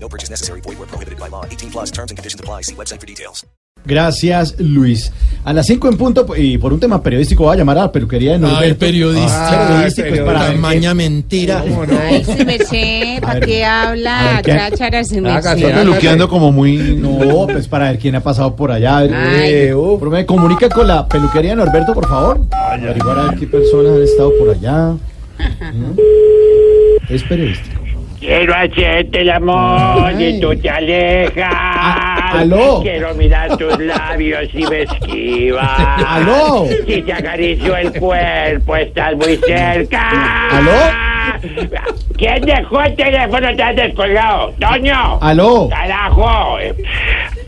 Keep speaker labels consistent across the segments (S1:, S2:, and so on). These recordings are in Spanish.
S1: No purchase necessary. Void where prohibited by law. 18 plus terms and conditions apply. See website for details.
S2: Gracias, Luis. A las 5 en punto, y por un tema periodístico, va a llamar a la peluquería de Norberto.
S3: Ay, periodista. pues,
S2: Ah, periodístico, es
S3: Para
S2: para
S3: maña mentira.
S4: Ay, se me sé,
S2: A
S4: ¿para
S2: ver,
S4: qué
S2: a
S4: habla?
S2: ver, ¿qué?
S4: Cháchara, se me
S5: Hágase,
S4: sé.
S5: hágase.
S2: peluqueando como muy... No, pues para ver quién ha pasado por allá.
S4: Ay.
S2: Eh, oh. Pero me comunica con la peluquería de Norberto, por favor. Averiguar a ver qué personas han estado por allá. ¿No? Es periodístico.
S6: Quiero hacerte el amor y tú te alejas.
S2: A- Ah, aló.
S6: Quiero mirar tus labios y me esquivas.
S2: Aló.
S6: Si te acaricio el cuerpo, estás muy cerca.
S2: Aló.
S6: ¿Quién dejó el teléfono tan descolgado? ¡Toño!
S2: Aló.
S6: ¡Carajo! Eh,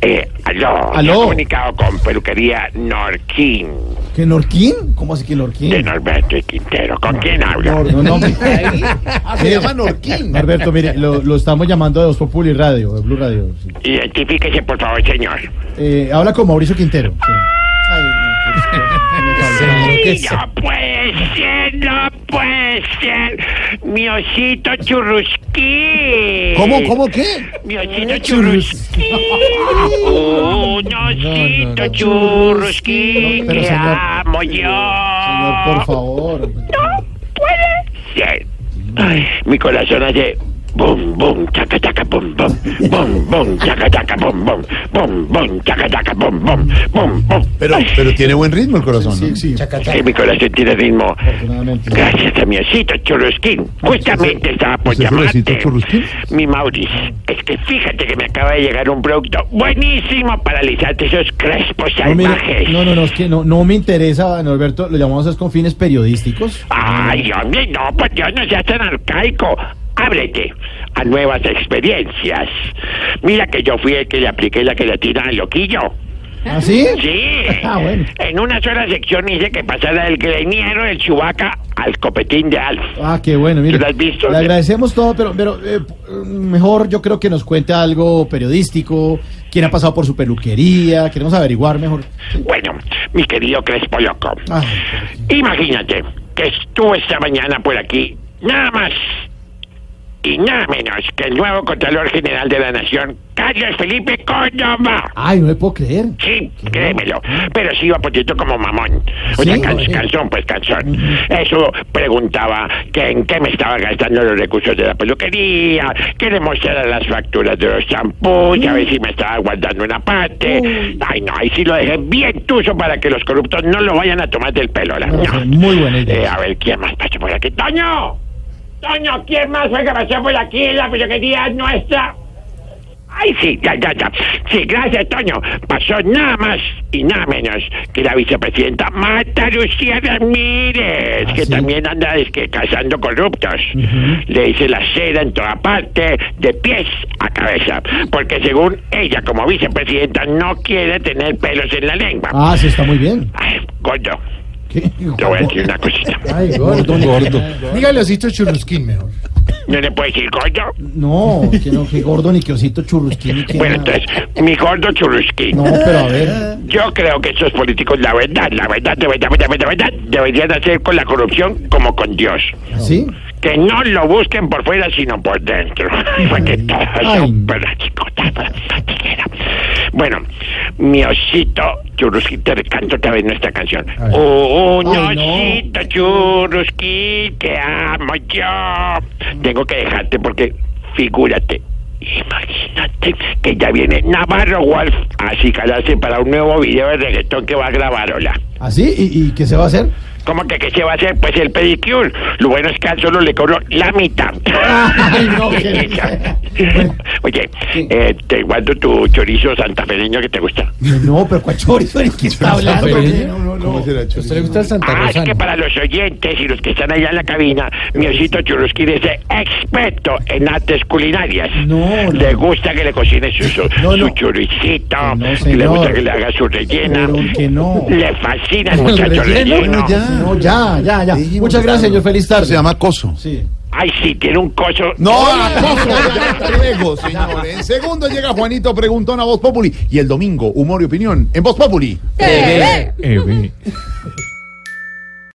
S6: eh, aló.
S2: Aló.
S6: Me he comunicado con peluquería Norquín
S2: ¿Que Norquín? ¿Cómo así que
S6: de
S2: Norquín?
S6: Norberto y Quintero. ¿Con quién hablo?
S2: No, no, no. Ah,
S5: se llama Norquín.
S2: Norberto, mire, lo, lo estamos llamando de Dos Populi Radio, de Blue Radio. sí.
S6: Identifíquese, por favor, señor.
S2: Eh, habla con Mauricio Quintero. sí. Ay, no, pues, qué- qué- qué-
S6: Sí, no puede ser, no puede ser. Mi osito churrusquín.
S5: ¿Cómo, cómo qué?
S6: Mi osito churrusquín. Un osito churrusquín
S2: No, pero
S6: que
S2: señor,
S6: amo yo.
S2: Señor, por favor.
S6: Puede ser. Ay, mi corazón hace... Bum, bum, chaca, chaca, bum, bum. Bum, bum, chaca, chaca, bum, bum. Bum, bum, chaca, chaca, bum, bum. Bum, bum.
S5: Pero, pero tiene buen ritmo el corazón.
S2: Sí,
S5: ¿no?
S2: sí.
S6: Sí, mi corazón tiene ritmo.
S2: Afortunadamente.
S6: Gracias a mi osito churrusquín. Justamente estaba por
S5: ¿Ese es el osito
S6: llamarte.
S5: churrusquín?
S6: Mi Mauris, es que fíjate que me acaba de llegar un producto buenísimo para alisarte esos crespos
S2: No, mire,
S6: salvajes.
S2: no, no, no, es que no, no me interesa, Norberto. Lo llamamos es con fines periodísticos.
S6: Ay, hombre, no, por Dios, no seas tan arcaico. Ábrete a nuevas experiencias. Mira que yo fui el que le apliqué la queratina al loquillo.
S2: ¿Ah, sí?
S6: Sí.
S2: Ah, bueno.
S6: En una sola sección hice que pasara del greñero del chubaca al copetín de Alf.
S2: Ah, qué bueno, mire.
S6: ¿Lo has visto?
S2: Le agradecemos todo, pero, pero eh, mejor yo creo que nos cuente algo periodístico, quién ha pasado por su peluquería, queremos averiguar mejor.
S6: Bueno, mi querido Crespo Loco,
S2: Ah,
S6: imagínate que estuvo esta mañana por aquí, nada más y nada menos que el nuevo Contralor General de la Nación, Carlos Felipe Córdoba.
S2: ay, no le puedo creer.
S6: Sí, créemelo, pero sí iba poquito como mamón. O sea,
S2: Sí,
S6: can-
S2: sí.
S6: canzón, pues canzón. Eso preguntaba que en qué me estaba gastando los recursos de la peluquería, que le mostrara las facturas de los champús, a ver si me estaba guardando una parte. Ay, no, ahí sí lo dejé bien tuso para que los corruptos no lo vayan a tomar del pelo. la-
S2: No, pues
S6: no.
S2: muy buena idea.
S6: Eh, a ver, ¿quién más pasó por aquí? ¡Toño! ¡Toño, quién más fue que pasó por aquí en la peluquería nuestra! Ay, sí, ya, ya, ya. Sí, gracias, Toño. Pasó nada más y nada menos que la vicepresidenta Marta Lucía Ramírez, que
S2: Ah, sí.
S6: también anda es que, cazando corruptos. Le hice la cera en toda parte, de pies a cabeza, porque según ella, como vicepresidenta, no quiere tener pelos en la lengua.
S2: Ah, sí, está muy bien.
S6: Ay, gordo,
S2: ¿Qué?
S6: te voy a decir una cosita.
S2: Ay, gordo, gordo.
S5: Dígale osito churrusquín mejor.
S6: ¿No le puedo decir gordo?
S2: No, que no, que gordo ni que osito churrusquín ni que
S6: Bueno,
S2: nada.
S6: entonces, mi gordo churrusquín.
S2: No, pero a ver.
S6: Yo creo que estos políticos, la verdad, la verdad, de verdad, de verdad, de verdad, deberían hacer con la corrupción como con Dios.
S2: ¿Sí?
S6: Que no lo busquen por fuera, sino por dentro. Porque todos
S2: Ay.
S6: son fanáticos, todos son fatigueros. Bueno, mi osito churrusquín, te canto otra vez nuestra canción. Un
S2: Ay, no.
S6: osito churrusquín, te amo yo. Tengo que dejarte porque, figúrate, imagínate que ya viene Navarro Wolf así calarse para un nuevo video de reggaetón que va a grabar, hola.
S2: ¿Así? ¿Y, ¿Y qué se va a hacer?
S6: ¿Cómo que qué se va a hacer? Pues el pedicure. Lo bueno es que al solo le cobro la mitad.
S2: Ay, no, qué-
S6: Oye, eh, te guardo tu chorizo santafereño que te gusta.
S2: No, pero ¿cuál chorizo? ¿De qué está hablando? No, no, no.
S5: ¿Cómo será
S3: ¿Usted le
S5: chorizo?
S3: gusta el Santa
S6: Ah, es
S3: Rosana?
S6: que para los oyentes y los que están allá en la cabina, mi osito Churrusquín es de experto en artes culinarias.
S2: No, no.
S6: Le gusta que le cocine su, su,
S2: No, no.
S6: su
S2: No,
S6: churricito, le
S2: señor.
S6: gusta que le haga su rellena.
S2: Pero que no.
S6: Le fascina el muchacho
S5: relleno,
S6: relleno.
S5: ya.
S2: No, ya, ya, ya.
S5: Dijimos
S2: Muchas
S5: que
S2: gracias,
S5: estaba-
S2: señor. Feliz tarde.
S5: Se llama acoso.
S2: Sí.
S6: Ay, sí, tiene un coso.
S5: No, acoso, ya hasta luego, señores. En segundo llega Juanito Preguntón a Voz Populi. Y el domingo, humor y opinión en Voz Populi.
S3: Eh, ve.